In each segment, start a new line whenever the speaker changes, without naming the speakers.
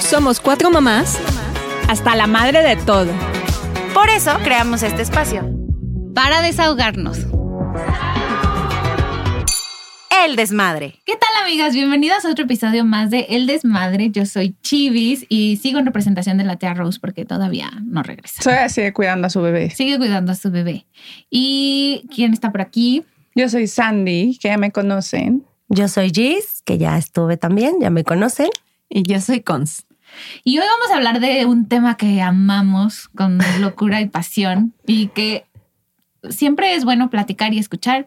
Somos cuatro mamás
Hasta la madre de todo.
Por eso creamos este espacio,
Para desahogarnos.
El Desmadre.
¿Qué tal, amigas? Bienvenidas a otro episodio más de El Desmadre. Yo soy Chivis y sigo en representación de la tía Rose porque todavía no regresa.
Soy así cuidando a su bebé.
Sigue cuidando a su bebé. ¿Y quién está por aquí?
Yo soy Sandy, que ya me conocen.
Yo soy Gis, que ya estuve también, ya me conocen.
Y yo soy Cons.
Y hoy vamos a hablar de un tema que amamos con locura y pasión y que siempre es bueno platicar y escuchar.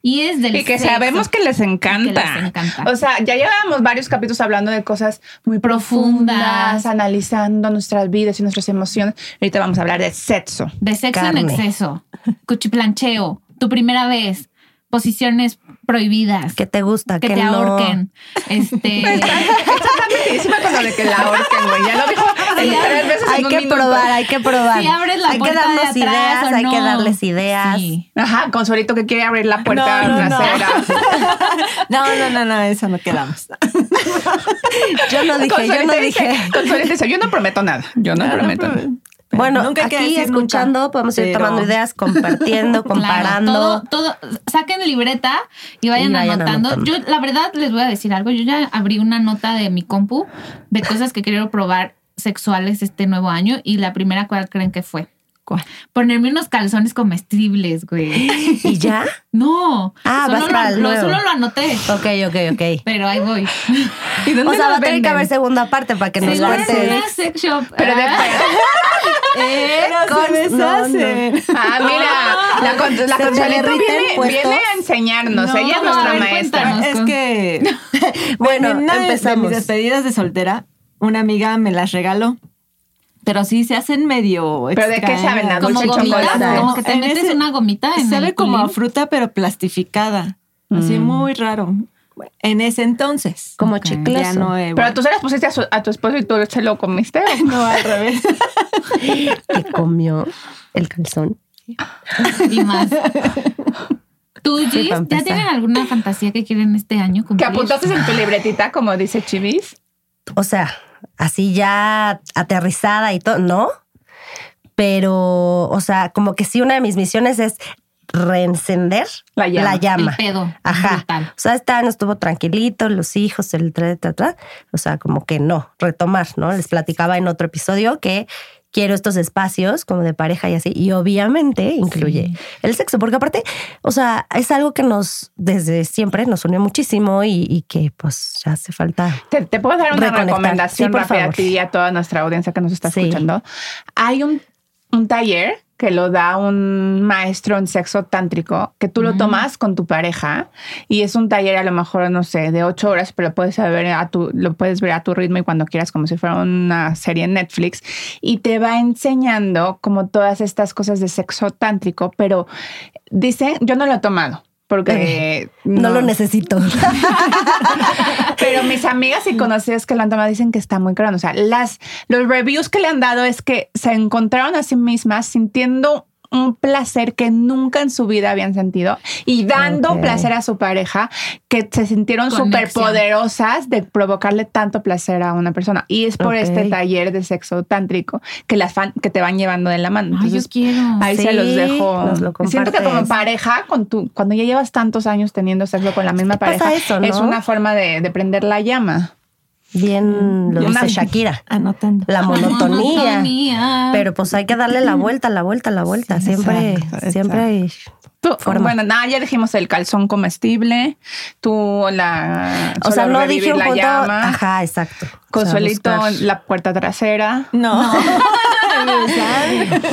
Y es del
Y que
sexo.
sabemos que les encanta.
Que les encanta.
O sea, ya llevábamos varios capítulos hablando de cosas muy profundas,
Profundas.
analizando nuestras vidas y nuestras emociones. Ahorita vamos a hablar de sexo.
De sexo
Carne.
en exceso, cuchiplancheo, tu primera vez, posiciones prohibidas,
¿Qué te gusta?
que
¿Qué
te
no?
ahorquen, este,
Exactamente, hicimos con lo de que la ahorquen, güey. Ya lo dijo en tres veces en
Hay
un
que
minuto.
probar, hay que probar.
Si abres la
hay que
puerta de
darnos
atrás
ideas,
o
hay que
no.
darles ideas.
Sí.
Ajá, Consuelito que quiere abrir la puerta
No, no, no.
trasera.
No, no, no, no, eso no quedamos.
Yo no dije, yo no
Consuelito dice-
dije.
Consuelito dice, yo no prometo nada. Yo no, prometo nada.
Bueno,
Nunca hay que
aquí
decir
escuchando
nunca,
podemos ir
pero-
tomando ideas, compartiendo, comparando.
Claro, todo, todo, saquen libreta y vayan,
Y vayan
anotando.
anotando.
Yo, la verdad, les voy a decir algo. Yo ya abrí una nota de mi compu de cosas que quiero probar sexuales este nuevo año y la primera, ¿cuál creen que fue?
¿Cuál?
Ponerme unos calzones comestibles, güey.
¿Y ya?
No.
Ah,
solo
vas
lo-
para el
lo-
nuevo.
solo lo anoté,
Ok, ok, ok.
pero ahí voy.
¿Y dónde
O sea,
los
va a tener que
venden?
haber segunda parte para que nos
Sí, en
cuentes.
una sex shop.
Pero de-
Ah,
¡Eh! se
deshacen.
Ah, mira, la, con- la
¿Se
Consuelito
derriten
viene,
puestos?
viene a enseñarnos. Ella
no,
es nuestra
a ver,
maestra.
cuéntanos.
Es que
Bueno,
en una de- De
empezamos.
mis despedidas de soltera, una amiga me las regaló. Pero sí se hacen medio.
¿Pero de qué
extrañas.
saben? ¿La
como
dulce chocolate.
gomitas, como que te
En Mm.
metes
ese-
una gomita en
Sabe
el
como a
culín.
fruta, pero plastificada. Así muy raro. En ese entonces.
Como
Ok.
chicloso.
Ya no eh, he
Pero tú se las pusiste a, su- a tu esposo y tú se lo comiste.
No, al revés.
Que comió el calzón.
y más. ¿Tú, Gis,
para
ya
empezar.
tienen alguna fantasía que quieren este año
Que
cumplir?
apuntaste en tu libretita, como dice Chivis.
O sea, así ya aterrizada y todo, ¿no? Pero, o sea, como que sí, una de mis misiones es reencender
La llama.
llama.
El pedo.
Ajá.
brutal.
O sea, este año estuvo tranquilito, los hijos, el tra, tra, tra. O sea, como que no, retomar, ¿no? Les platicaba en otro episodio que quiero estos espacios como de pareja y así. Y obviamente incluye el sexo, porque aparte, o sea, es algo que nos, desde siempre, nos unió muchísimo y, y que pues ya hace falta.
Te, te puedo dar una
Reconectar.
recomendación
Sí, por
rápida a
favor.
ti y a toda nuestra audiencia que nos está
Sí.
escuchando. Hay un, un taller que lo da un maestro en sexo tántrico, que tú lo
Mm.
tomas con tu pareja y es un taller a lo mejor, no sé, de ocho horas, pero puedes ver a tu, lo puedes ver a tu ritmo y cuando quieras, como si fuera una serie en Netflix, y te va enseñando como todas estas cosas de sexo tántrico, pero dice, yo no lo he tomado. Porque
No, lo necesito.
pero mis amigas y conocidas que lo han tomado dicen que está muy caro. O sea, las, los reviews que le han dado es que se encontraron a sí mismas sintiendo un placer que nunca en su vida habían sentido y dando
Ok.
placer a su pareja que se sintieron
Conexión.
superpoderosas de provocarle tanto placer a una persona y es por
Ok.
este taller de sexo tántrico que las fan- que te van llevando de la mano
Ay, yo
Entonces,
quiero.
ahí
Ah, Sí,
se los dejo
nos lo
siento que como
compartes.
pareja con tu cuando ya llevas tantos años teniendo sexo con la misma
¿Qué pasa
pareja
eso, no?
es una forma de, de prender la llama
Bien, lo
Una-
dice Shakira.
Anotando.
La monotonía.
Monotonía.
Pero pues hay que darle la vuelta, la vuelta, la vuelta. siempre,
exacto,
siempre hay
Tú-
Forma.
Bueno, nada, ya dijimos el calzón comestible, tú la...
O sea,
solo
no
revivir
dije un
la
punto.
llama,
Ajá, exacto. O sea,
Consuelito,
buscar.
la puerta trasera.
No.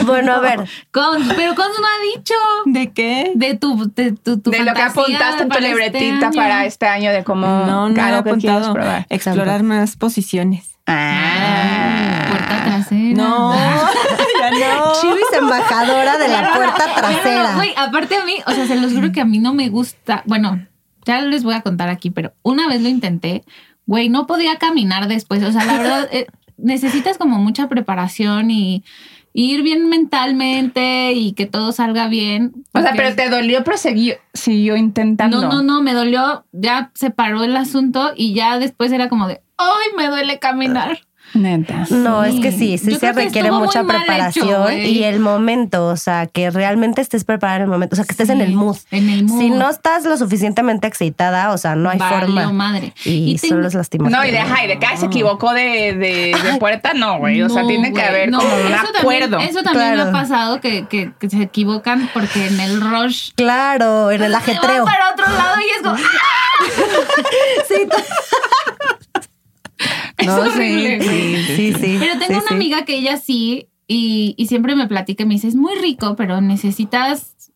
Bueno, a ver.
Cons, pero Cons no ha dicho
¿De qué?
de tu, de tu, tu
de lo que
fantasía
apuntaste en tu
para este
libretita
año.
para este año de cómo
No, no he
algo que quieres
apuntado.
probar.
Explorar más posiciones.
este-
Ah, Puerta trasera.
No, ya no.
Chivis embajadora de la puerta
Pero no,
trasera.
güey, aparte a mí, o sea, se los juro que a mí no me gusta. Bueno, ya les voy a contar aquí, pero una vez lo intenté, güey, no podía caminar después. O sea, la verdad, eh, necesitas como mucha preparación y, y ir bien mentalmente y que todo salga bien.
O sea,
porque-
pero te dolió, pero siguió, siguió intentando.
No, no, no, me dolió, ya se paró el asunto y ya después era como de, ¡ay, me duele caminar!
Neta.
No,
Sí.
es que sí, sí
Yo
se
creo que
requiere
estuvo
mucha
muy mal hecho,
preparación
güey.
y el momento, o sea, que realmente estés preparada en el momento, o sea, que estés en el
Sí,
mood.
En el mood.
Si no estás lo suficientemente excitada, o sea, no hay
Valió
forma.
madre.
Y,
Y ten-
solo es lastimar.
No, y de, ajá, y de que ay, se equivocó de, de, de puerta, no, güey. O sea,
No,
tiene que
güey,
haber
no,
como un
eso
acuerdo.
También, eso también
Claro.
ha pasado que, que, que se equivocan porque en el rush Ah,
Claro, en el
se van
ajetreo.
para otro lado y es como ¡ah!
Sí,
es
No, sí,
horrible. güey.
sí, sí.
Pero tengo
sí,
una
sí.
amiga que ella sí y, y siempre me platica y me dice, es muy rico, pero necesitas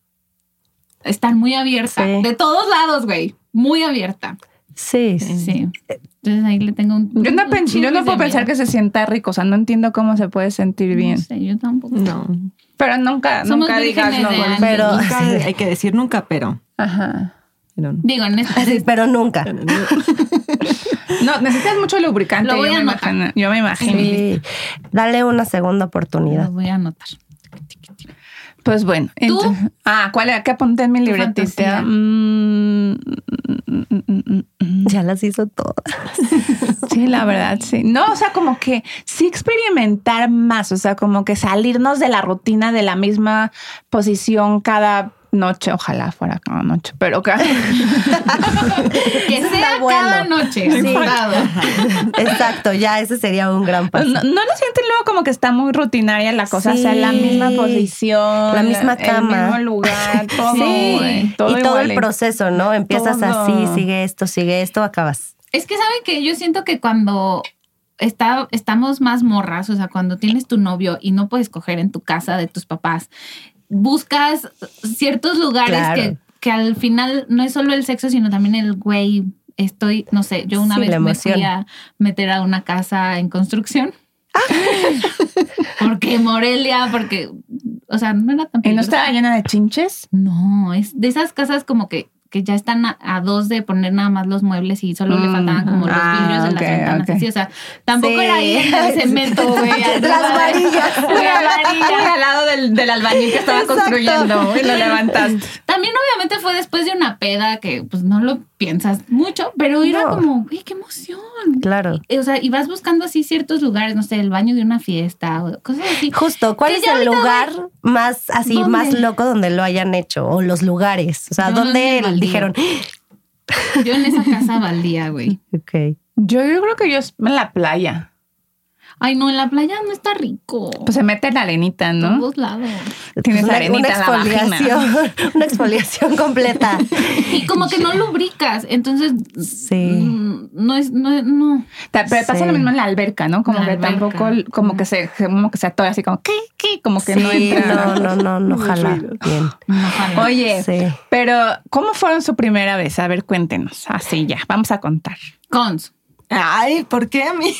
estar muy abierta.
Sí.
De todos lados, güey. Muy abierta.
Sí, sí.
Sí. Entonces ahí le tengo un...
Yo no,
un
pen- yo
chisme
no puedo
de
pensar que
miedo.
se sienta rico, o sea, no entiendo cómo se puede sentir bien.
No sé, yo tampoco.
No.
Pero nunca,
Somos
nunca digas
vírgenes
no.
de
güey.
antes.
Pero,
Nunca
sí,
hay que decir nunca, pero.
Ajá.
pero no.
Digo, en este-
sí, pero nunca.
No, necesitas mucho lubricante.
Lo voy
yo,
a
me
anotar.
imagino, yo me imagino.
Sí. Dale una segunda
lo
oportunidad.
voy a anotar.
Pues bueno. entonces- ah, ¿cuál era? ¿Qué apunté en mi libretita?
fantasía.
Mm, mm, mm, mm, mm.
Ya las hizo todas.
Sí, la verdad, sí. No, o sea, como que sí experimentar más, o sea, como que salirnos de la rutina de la misma posición cada noche, ojalá fuera cada noche, pero cada...
Que
está
sea
bueno.
cada noche.
Sí.
jurado.
Exacto, ya ese sería un gran
¿No,
paso.
no lo sienten luego como que está muy rutinaria la cosa?
Sí.
O sea, la misma posición.
La misma cama.
El mismo lugar, todo.
sí,
güey, todo
y todo el
igualito.
proceso, ¿no? Empiezas
Todo.
así, sigue esto, sigue esto, acabas.
Es que saben que yo siento que cuando está, estamos más morras, o sea, cuando tienes tu novio y no puedes coger en tu casa de tus papás, buscas ciertos lugares
Claro.
que, que al final no es solo el sexo, sino también el güey. Estoy, no sé, yo una
Sí, la
vez me
emoción. Ah.
fui a meter a una casa en construcción. porque Morelia, porque, o sea, no era tan
¿Y no
peligroso.
estaba llena de chinches?
No, es de esas casas como que, que ya están a, a dos de poner nada más los muebles y solo le
Mm,
faltaban como los
ah,
vidrios de
ok,
las ventanas.
ok.
así, o sea, tampoco
Sí.
era ahí el cemento, güey.
Las varillas.
Las varillas.
al lado del, del albañil que estaba
Exacto.
construyendo y lo levantaste.
También obviamente fue después de una peda que pues no lo piensas mucho, pero era
No.
como, güey, qué emoción.
Claro.
Eh, O sea, y vas buscando así ciertos lugares, no sé, el baño de una fiesta o cosas así.
Justo, ¿cuál
Que
es
ya
el
ahorita,
lugar más así,
¿Dónde?
más loco donde lo hayan hecho? O los lugares. O sea,
Yo no sé,
¿dónde el-
Maldivas.
dijeron?
Yo en esa casa valía, güey.
Ok.
Yo, yo creo que yo en la playa.
Ay, no, en la playa no está rico.
Pues se mete en la arenita,
en
¿no?
todos lados.
Tienes
una,
arenita
una
en la vagina.
exfoliación, una exfoliación completa.
Y como que no lubricas, entonces
Sí.
mm, no es, no, no.
Ta- Pero pasa
Sí.
lo mismo en la alberca, ¿no? Como
La
que
alberca.
tampoco, como que se, como que se atora así como, ¿qué? ¿Qué? Como que no
Sí,
entra.
no, no, no, no jala. Bien.
no jala.
Oye,
Sí.
pero ¿cómo fueron su primera vez? A ver, cuéntenos. Así ya, vamos a contar.
Cons.
Ay, ¿por qué a mí?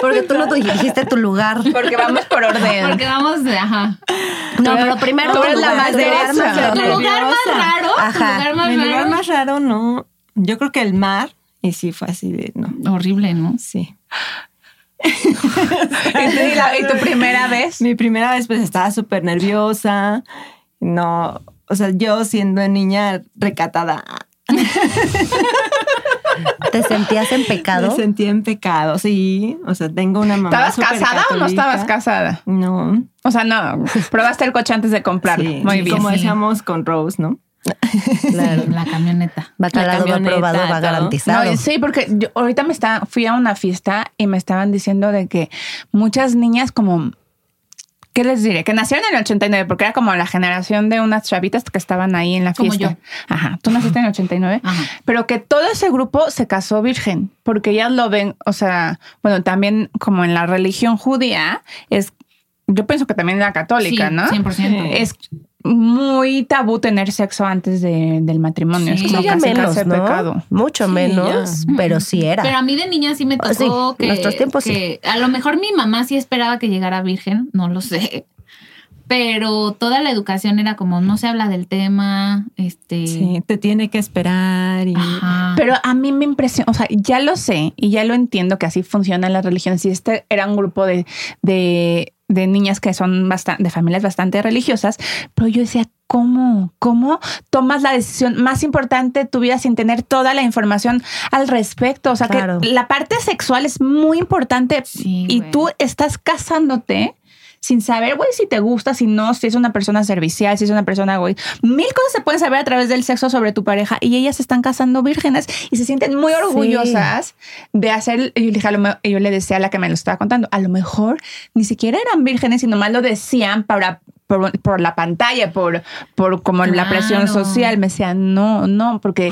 Porque tú no tu- dijiste tu lugar.
Porque vamos por orden.
Porque vamos de, ajá.
No, pero primero
tú
tu
eres la
lugar, tu
más
lugar
derecha.
más
Tu
loco.
Nerviosa.
lugar más raro,
Ajá.
tu lugar más
Mi
raro.
lugar más raro, no. Yo creo que el mar. Y sí, fue así de no.
Horrible, ¿no?
Sí.
¿Y, tú- y la- y tu primera vez?
Mi primera vez, pues estaba súper nerviosa. No. O sea, yo siendo niña recatada,
¿Te sentías en pecado?
me sentía en pecado. Sí. O sea, tengo una mamá.
¿Estabas
súper
casada o no estabas
católica.
casada?
No.
O sea, no, probaste el coche antes de comprarlo.
Sí,
Muy
sí,
bien.
Como
Sí.
decíamos con Rose, ¿no?
Sí, La camioneta.
Bacalado
La
va probado,
camioneta,
va
todo.
garantizado.
No, sí, porque yo ahorita me está, fui a una fiesta y me estaban diciendo de que muchas niñas como, ¿qué les diré? Que nacieron en el 89, porque era como la generación de unas chavitas que estaban ahí en la
Como
fiesta.
yo. Ah.
Ajá, tú naciste en el 89.
Ajá.
Pero que todo ese grupo se casó virgen, porque ellas lo ven, o sea, bueno, también como en la religión judía, es, yo pienso que también en la católica,
Sí,
¿no?
100%.
Sí.
Es muy tabú tener sexo antes de- del matrimonio.
Sí. Pues
es
Sí,
como
ya
casi,
menos,
casi
¿no?
pecado.
Mucho
Sí,
menos,
ya.
pero sí era.
Pero a mí de niña sí me tocó
Oh, Sí,
que,
nuestros tiempos sí.
que a lo mejor mi mamá sí esperaba que llegara virgen, no lo sé. Pero toda la educación era como no se habla del tema, este,
Sí, te tiene que esperar y
ajá.
Pero a mí me impresiona, o sea, ya lo sé y ya lo entiendo que así funcionan las religiones. Y este era un grupo de, de, de niñas que son bastante, de familias bastante religiosas, pero yo decía, ¿cómo? ¿Cómo tomas la decisión más importante de tu vida sin tener toda la información al respecto? O sea,
Claro.
que la parte sexual es muy importante
Sí,
y
güey.
tú estás casándote sin saber, güey, si te gusta, si no, si es una persona servicial, si es una persona, güey. Mil cosas se pueden saber a través del sexo sobre tu pareja y ellas se están casando vírgenes y se sienten muy orgullosas de hacer. y Yo le, dije, a lo me- yo le decía a la que me lo estaba contando, a lo mejor ni siquiera eran vírgenes y nomás lo decían para. Por, por la pantalla, por, por como la presión
Claro.
social. Me decían, no, no, porque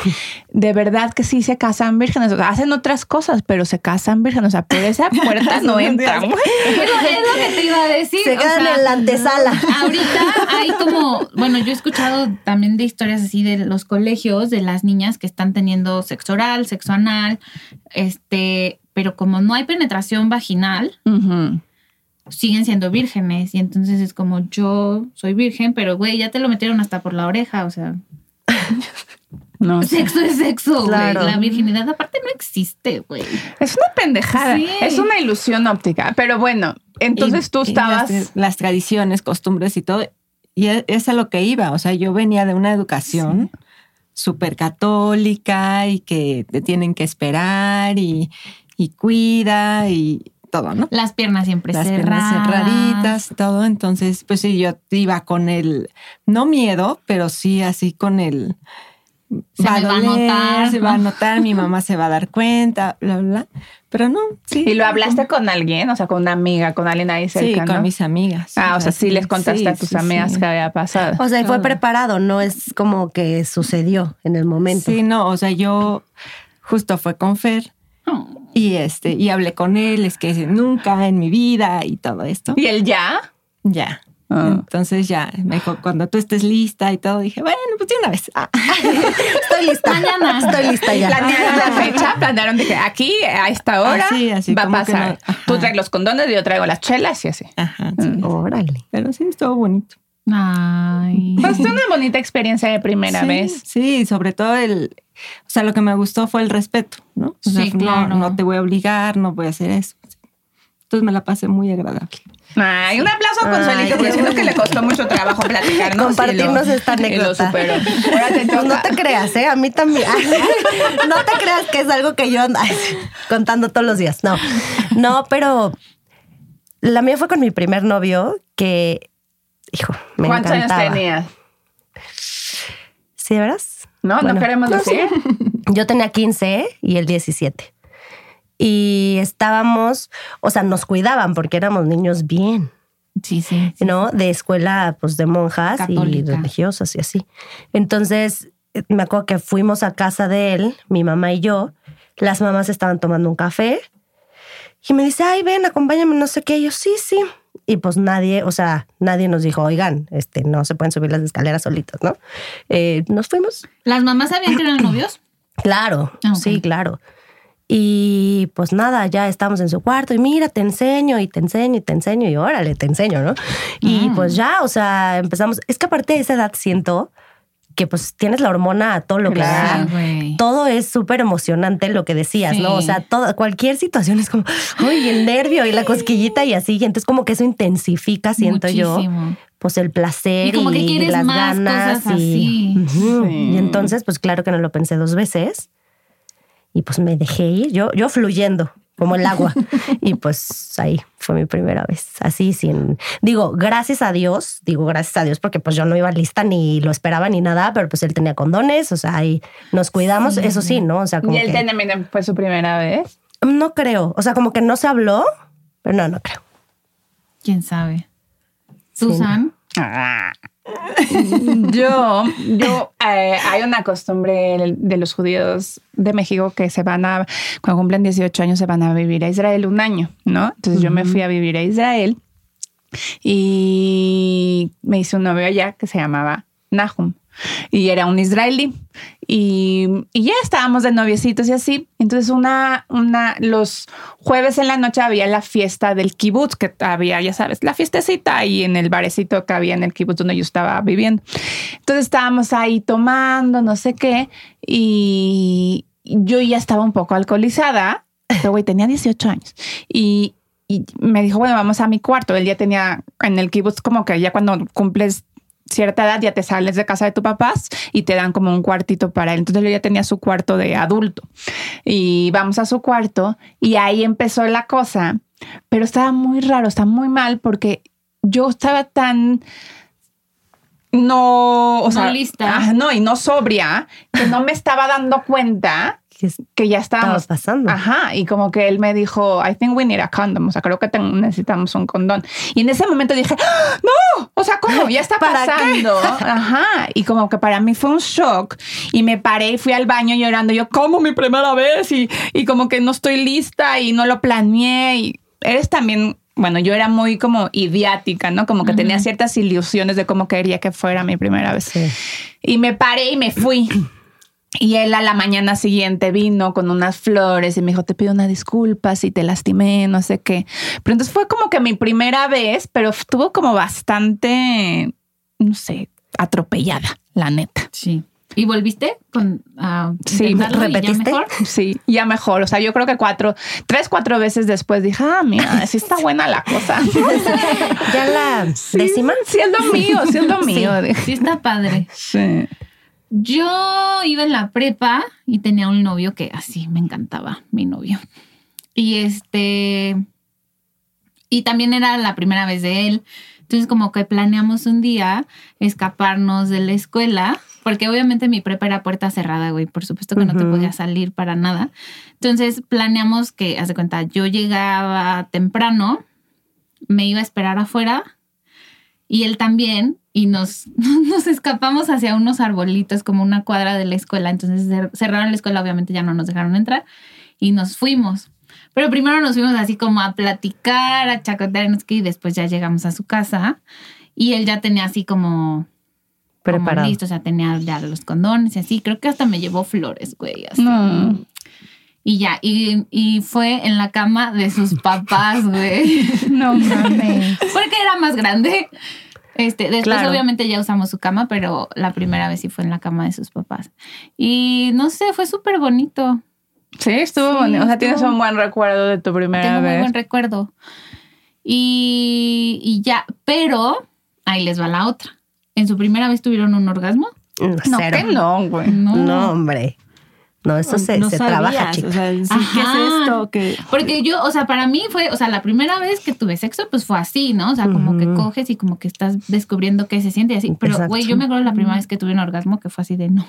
de verdad que sí se casan vírgenes. O sea, hacen otras cosas, pero se casan vírgenes. O sea, por esa puerta no entran. güey.
Es lo, es lo que te iba a decir.
Se
o
quedan
sea,
en la antesala.
Ahorita hay como, bueno, yo he escuchado también de historias así de los colegios, de las niñas que están teniendo sexo oral, sexo anal, este, pero como no hay penetración vaginal,
Ujú.
siguen siendo vírgenes. Y entonces es como yo soy virgen, pero güey, ya te lo metieron hasta por la oreja, o sea,
No sé.
sexo es sexo, güey.
Claro.
La virginidad aparte no existe, güey.
Es una pendejada.
Sí.
Es una ilusión óptica. Pero bueno, entonces
Y-
tú
y
estabas.
Las, las tradiciones, costumbres y todo. Y e- es a lo que iba. O sea, yo venía de una educación súper católica y que te tienen que esperar y, y cuida y todo, ¿no?
Las piernas siempre
Las piernas
cerradas.
cerraditas, todo. Entonces, pues sí, yo iba con el, no miedo, pero sí así con el.
Se me va a
doler,
notar,
Se va a
¿no?
notar, mi mamá se va a dar cuenta, bla, bla. bla. Pero no, sí.
¿Y lo hablaste con alguien? O sea, con una amiga, con alguien ahí
Sí,
cerca,
con
¿no?
mis amigas.
Ah, o sea, sí les contaste
sí,
a tus
sí,
amigas
sí.
que había pasado.
O sea, y fue
Todo.
preparado, no es como que sucedió en el momento.
Sí, no, o sea, yo justo fue con Fer
Oh.
y este y hablé con él, es que nunca en mi vida y todo esto.
¿Y el ya?
Ya.
Ah.
Entonces ya me dijo, cuando tú estés lista y todo, dije, bueno, pues de una vez. Ah,
Estoy lista.
Mañana.
Estoy lista ya.
Planearon la fecha, planearon de que aquí, a esta hora,
Así, así,
va a
como que
pasar.
no- ajá.
Tú traes los condones, yo traigo las chelas y así. Mm.
Ajá, sí.
Órale.
Pero sí, estuvo bonito.
Ay.
Pues fue una bonita experiencia de primera
Sí,
vez.
Sí, sobre todo el, o sea, lo que me gustó fue el respeto, ¿no? O sea,
Sí,
no-
claro.
No, te voy a obligar, no voy a hacer eso. Entonces me la pasé muy agradable.
Ay, un aplauso a Consuelito,
Ay,
porque
qué
siento que le costó mucho trabajo platicarnos.
Compartirnos
y lo-
esta
Y lo
anécdota.
superó. Ahora te toca.
No te creas, ¿eh? A mí también. No te creas que es algo que yo ando contando todos los días. No, no, pero la mía fue con mi primer novio que, hijo, me
¿Cuántos años
encantaba.
tenías?
¿Sí, de veras?
No,
Bueno.
no queremos decir.
Yo tenía 15 y él 17. Y estábamos, o sea, nos cuidaban porque éramos niños bien,
Sí, sí. sí.
¿no? De escuela, pues de monjas
Católica.
y religiosas y así. Entonces, eh, me acuerdo que fuimos a casa de él, mi mamá y yo. Las mamás estaban tomando un café y me dice, ay, ven, acompáñame, no sé qué. Y yo, sí, sí. Y pues nadie, o sea, nadie nos dijo, oigan, este, no se pueden subir las escaleras solitos, ¿no? Eh, nos fuimos.
¿Las mamás sabían que eran novios?
Claro,
Ah, ok.
sí, claro. Y pues nada, ya estamos en su cuarto y mira, te enseño y te enseño y te enseño y órale, te enseño, ¿no? Y
Mm.
pues ya, o sea, empezamos. Es que aparte de esa edad siento que pues tienes la hormona a todo lo que
Claro.
da.
Sí, güey.
Todo es súper emocionante lo que decías, ¿no? O
Sí.
sea, toda, cualquier situación es como, uy, el nervio y la cosquillita y así. Y entonces como que eso intensifica, siento yo
Muchísimo.
pues el placer
Y como que quieres
las
más
ganas
cosas
y,
así.
Ujú.
Sí.
Y entonces pues claro que no lo pensé dos veces y pues me dejé ir yo yo fluyendo como el agua y pues ahí fue mi primera vez así sin digo gracias a Dios digo gracias a Dios porque pues yo no iba lista ni lo esperaba ni nada pero pues él tenía condones o sea ahí nos cuidamos
Sí.
eso sí no o sea como
Y él
que-
también fue su primera vez.
no creo o sea como que no se habló pero no no creo
¿Quién sabe?
Sí,
Susan.
Yo, yo, eh, hay una costumbre del- de los judíos de México que se van a, cuando cumplen 18 años, se van a vivir a Israel un año, ¿no? Entonces yo me fui a vivir a Israel y me hice un novio allá que se llamaba Nahum y era un israelí y, y ya estábamos de noviecitos y así entonces una una los jueves en la noche había la fiesta del kibutz que había ya sabes la fiestecita ahí en el barecito que había en el kibutz donde yo estaba viviendo entonces estábamos ahí tomando no sé qué y yo ya estaba un poco alcoholizada pero güey tenía 18 años y y me dijo, bueno, vamos a mi cuarto. Él ya tenía en el kibutz como que ya cuando cumples cierta edad ya te sales de casa de tus papás y te dan como un cuartito para él. Entonces yo ya tenía su cuarto de adulto. Y vamos a su cuarto y ahí empezó la cosa. Pero estaba muy raro, está muy mal porque yo estaba tan... No, o
No
sea,
lista.
ah, no, y no sobria, que no me estaba dando cuenta
¿Qué estaba
que ya estábamos
pasando?
Ajá, y como que él me dijo, I think we need a condom, o sea, creo que ten- necesitamos un condón. Y en ese momento dije, ¡Ah! no, o sea, ¿cómo? Ya está
¿Para qué?
pasando. Ajá, y como que para mí fue un shock y me paré y fui al baño llorando, yo, ¿cómo mi primera vez? Y, y como que no estoy lista y no lo planeé y eres también... Bueno, yo era muy como idiática, ¿no? Como que tenía ciertas ilusiones de cómo quería que fuera mi primera vez.
Sí.
Y me paré y me fui. Y él a la mañana siguiente vino con unas flores y me dijo, te pido una disculpa si te lastimé, no sé qué. Pero entonces fue como que mi primera vez, pero estuvo como bastante, no sé, atropellada, la neta.
Sí. ¿Y volviste con a
Sí,
intentarlo y ya
¿repetiste?
mejor?
Sí, ya mejor. O sea, yo creo que cuatro, tres, cuatro veces después dije, ah, mira, sí está buena la cosa.
Ya la décima.
Siendo mío, siendo mío. dije.
Sí está padre.
Sí.
Yo iba en la prepa y tenía un novio que así me encantaba, mi novio. Y este. Y también era la primera vez de él. Entonces, como que planeamos un día escaparnos de la escuela, porque obviamente mi prepa era puerta cerrada, güey. Por supuesto que no te
Ujú.
podías salir para nada. Entonces, planeamos que, haz de cuenta, yo llegaba temprano, me iba a esperar afuera y él también, y nos, nos escapamos hacia unos arbolitos, como una cuadra de la escuela. Entonces cer- cerraron la escuela, obviamente ya no nos dejaron entrar, y nos fuimos. Pero primero nos fuimos así como a platicar, a chacotear, no sé qué, y después ya llegamos a su casa. Y él ya tenía así como, como
Preparado.
listo, o sea, tenía ya los condones y así. Creo que hasta me llevó flores, güey. así.
No.
Y ya, y, y fue en la cama de sus papás, güey.
No mames.
Porque era más grande. Este, después
Claro.
obviamente ya usamos su cama, pero la primera vez sí fue en la cama de sus papás. Y no sé, fue súper bonito.
Sí, estuvo
Sí,
bonito. O sea, tienes
estuvo-
un buen recuerdo de tu primera
Tengo muy
vez.
buen recuerdo. Y, y ya, pero ahí les va la otra. ¿En su primera vez tuvieron un orgasmo?
No,
No,
cero.
que no, güey.
No.
No, hombre. No, eso se,
no
se
sabías,
trabaja, chica.
O sea, sí, ¿qué es
Ajá.
esto? Que
Porque yo, o sea, para mí fue, o sea, la primera vez que tuve sexo, pues fue así, ¿no? O sea, como que
Ujú.
coges y como que estás descubriendo qué se siente y así. Pero, güey,
Exacto.
yo me acuerdo la primera vez que tuve un orgasmo que fue así de no,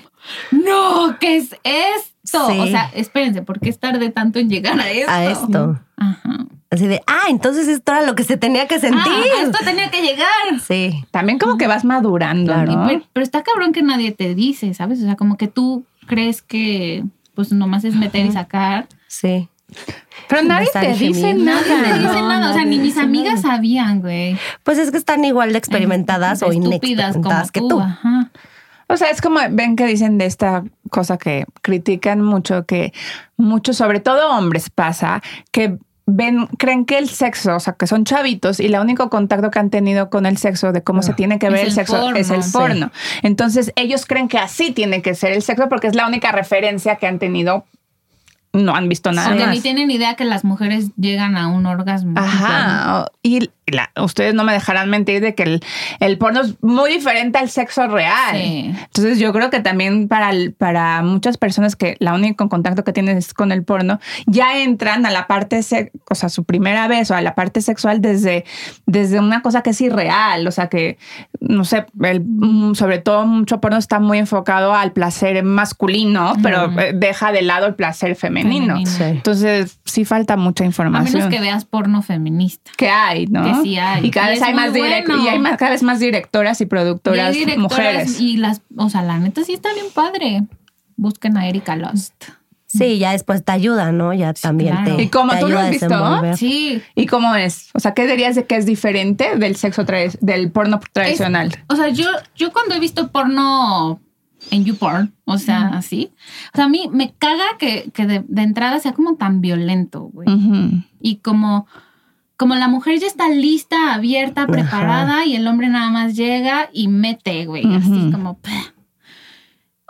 no, ¿qué es esto?
Sí.
O sea, espérense, ¿por qué tardé tanto en llegar a esto?
A esto.
Ajá.
Así de, ah, entonces esto era lo que se tenía que sentir.
Ah, a esto tenía que llegar.
Sí.
También como que vas madurando,
Claro.
¿no?
Pero, pero está cabrón que nadie te dice, ¿sabes? O sea, como que tú crees que pues nomás es meter y sacar.
Sí.
Pero nadie
Estar
te dice
gemiendo.
nada.
Nadie te dice
No,
nada. O sea,
nadie
ni mis
dice
amigas sabían, güey.
Pues es que están igual de experimentadas o
Estúpidas como
inexperimentadas que tú.
Ajá.
O sea, es como, ven que dicen de esta cosa que critican mucho, que muchos, sobre todo hombres, pasa, que ven, creen que el sexo, o sea, que son chavitos y el único contacto que han tenido con el sexo, de cómo se tiene que
Es
ver el,
el
sexo,
porno.
es el
Sí.
porno. Entonces, ellos creen que así tiene que ser el sexo porque es la única referencia que han tenido. No han visto nada
Porque
más.
ni tienen idea que las mujeres llegan a un orgasmo.
Ajá. Y la- ustedes no me dejarán mentir de que el, el porno es muy diferente al sexo real.
Sí.
Entonces yo creo que también para, el- para muchas personas que la único contacto que tienen es con el porno, ya entran a la parte, sex- o sea, su primera vez o a la parte sexual desde, desde una cosa que es irreal, o sea, que, no sé, el- mm, sobre todo mucho porno está muy enfocado al placer masculino, pero
Ujú.
eh, deja de lado el placer femenino.
Femenino.
Sí.
Entonces sí falta mucha
A
información
menos que veas porno feminista.
que hay, ¿no?
Que sí hay.
Y cada
Y
vez
es
hay
muy
más direct-
bueno.
y hay más, cada vez más directoras
Y
y
hay
productoras mujeres.
y las, o sea, la neta sí está bien padre. Busquen a Erika Lost.
Sí, ya después te ayuda, ¿no? Ya también
claro.
te.
¿Y cómo
te
tú
ayuda
lo has
a
visto?
desenvolver.
Sí.
¿Y cómo es? O sea, ¿qué dirías de que es diferente del sexo tra- del porno tradicional?
O sea, yo, yo cuando he visto porno en YouPorn, o sea, así. O sea, a mí me caga que, que de, de entrada sea como tan violento, güey.
Ujú.
Y como, como la mujer ya está lista, abierta, preparada, y el hombre nada más llega y mete, güey, así
Ujú.
como. "Pah".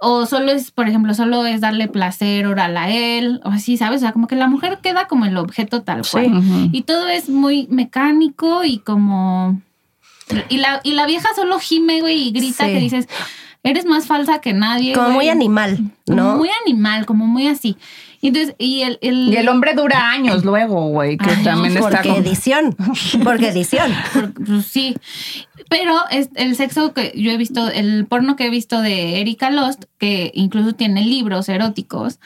O solo es, por ejemplo, solo es darle placer oral a él, o así, ¿sabes? O sea, como que la mujer queda como el objeto tal cual.
Ujú.
Y todo es muy mecánico y como. Y la, y la vieja solo gime, güey, y grita
Sí.
que dices, eres más falsa que nadie.
Como
güey".
muy animal, ¿no?
Muy animal, como muy así. Y entonces, y el. el-
Y el hombre dura años luego, güey, que
Ay,
también está
porque
como...
edición, porque edición.
por- pues sí. Pero es el sexo que yo he visto, el porno que he visto de Erika Lost, que incluso tiene libros eróticos,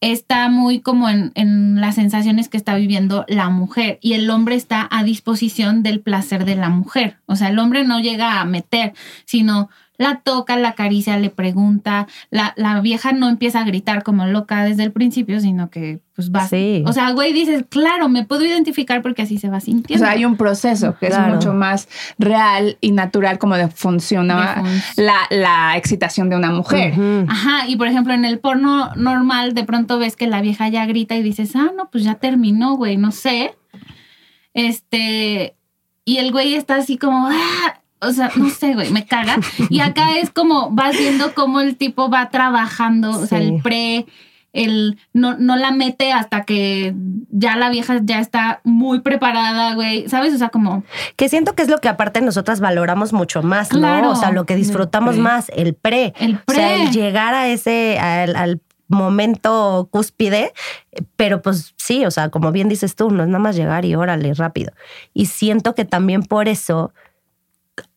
está muy como en, en las sensaciones que está viviendo la mujer y el hombre está a disposición del placer de la mujer. O sea, el hombre no llega a meter, sino la toca, la acaricia, le pregunta. La, la vieja no empieza a gritar como loca desde el principio, sino que pues va.
Sí.
O sea, güey, dices, claro, me puedo identificar porque así se va
O
sintiendo.
sea, hay un proceso que
Claro.
es mucho más real y natural como de funciona
De fun-
la, la excitación de una mujer.
Ujú.
Ajá, y por ejemplo, en el porno normal, de pronto ves que la vieja ya grita y dices, ah, no, pues ya terminó, güey, no sé. Este, y el güey está así como, ah, o sea, no sé, güey, me caga. Y acá es como, vas viendo cómo el tipo va trabajando, o sea,
Sí.
el pre, el, no, no la mete hasta que ya la vieja ya está muy preparada, güey, ¿sabes? O sea, como,
Que siento que es lo que aparte nosotras valoramos mucho más, ¿no?
Claro.
O sea, lo que disfrutamos
pre.
más, el pre.
el
O
pre.
sea, el llegar a ese, al, al momento cúspide, pero pues sí, o sea, como bien dices tú, no es nada más llegar y órale, rápido. Y siento que también por eso,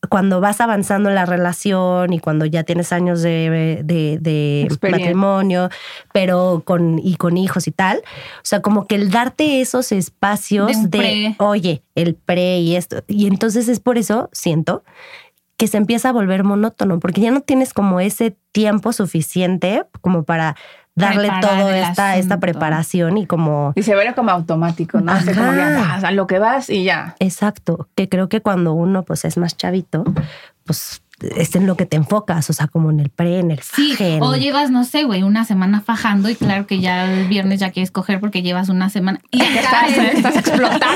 cuando vas avanzando en la relación y cuando ya tienes años de, de- de
Experiencia.
matrimonio, pero con, y con hijos y tal, o sea, como que el darte esos
De
espacios
un
de,
pre.
oye, el pre y esto. Y entonces es por eso, siento, que se empieza a volver monótono, porque ya no tienes como ese tiempo suficiente como para darle
Preparar
toda
el
esta, esta
asunto.
preparación y como...
Y se ve como automático, ¿no? O sea, como ya
Ajá.
vas a lo que vas y ya.
Exacto, que creo que cuando uno pues es más chavito, pues es en lo que te enfocas, o sea, como en el pre, en el
Sí,
faje, en-
o llevas, no sé, güey, una semana fajando y claro que ya el viernes ya quieres coger porque llevas una semana. Y
Que
acá
estás,
es-
estás explotando.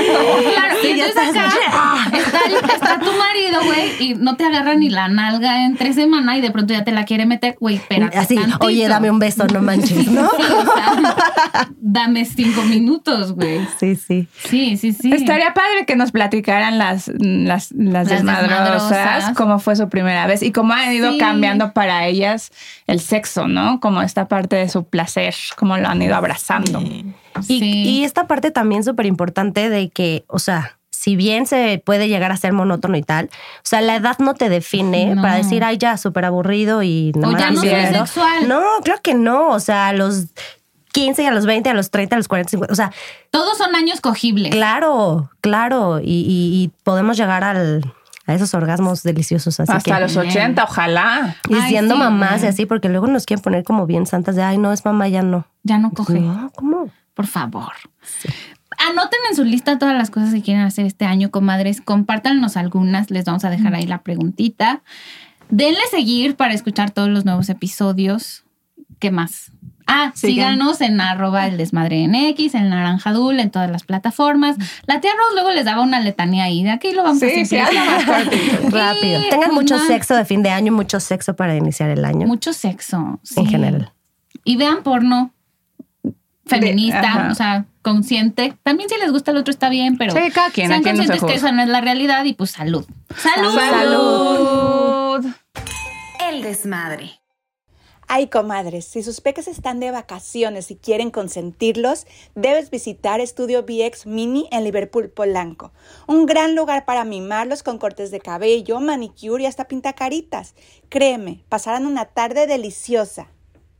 Claro,
Sí,
y
ya
entonces
estás,
acá está, el- está tu marido, güey, y no te agarra ni la nalga en tres semanas y de pronto ya te la quiere meter, güey, espérate
así,
tantito.
oye, dame un beso, no manches, ¿no?
Sí, o sea, dame cinco minutos, güey.
Sí, sí.
Sí, sí, sí.
Estaría padre que nos platicaran las, las, las, desmadrosas,
desmadrosas.
cómo fue su primera vez y cómo han ido
Sí.
cambiando para ellas el sexo, ¿no? Como esta parte de su placer, cómo lo han ido abrazando.
Y,
Sí.
y esta parte también súper importante de que, o sea, si bien se puede llegar a ser monótono y tal, o sea, la edad no te define
No.
para decir, ay, ya, súper aburrido y
o
más
ya no soy
Bien.
quiero".
sexual.
No, claro que no. O sea, a los 15, a los 20, a los 30, a los 40, 50. O sea,
Todos son años cogibles.
claro, claro. Y, y- y podemos llegar al, a esos orgasmos deliciosos. Así
Hasta
que.
los 80, ojalá.
Y
Ay,
siendo
sí,
mamás
güey.
y así, porque luego nos quieren poner como bien santas de, ay, no, es mamá, ya no.
Ya no coge.
No, ¿cómo?
por favor. Anoten en su lista todas las cosas que quieren hacer este año, comadres. Compártanos algunas. Les vamos a dejar ahí la preguntita. Denle seguir para escuchar todos los nuevos episodios. ¿Qué más? Ah,
Sigan.
síganos en arroba el desmadre en X, en Naranjadul, en todas las plataformas. La tía Rose luego les daba una letanía ahí. De aquí lo vamos a
Sí, sí,
simplificar.
habla más cortito.
Rápido.
Y,
Tengan mucho
comadre,
sexo de fin de año, mucho sexo para iniciar el año.
Mucho sexo. sí.
en general.
Y vean porno
De-
feminista,
ajá.
o sea, consciente. También si les gusta el otro está bien, pero
Sí, cada quien,
sean
aquí no se
conscientes que
juzga.
esa no es la realidad y pues salud. ¡Salud!
Salud.
El desmadre.
Ay, comadres, si sus peques están de vacaciones y quieren consentirlos, debes visitar Estudio BX Mini en Liverpool, Polanco. Un gran lugar para mimarlos con cortes de cabello, manicure y hasta pintacaritas. Créeme, pasarán una tarde deliciosa.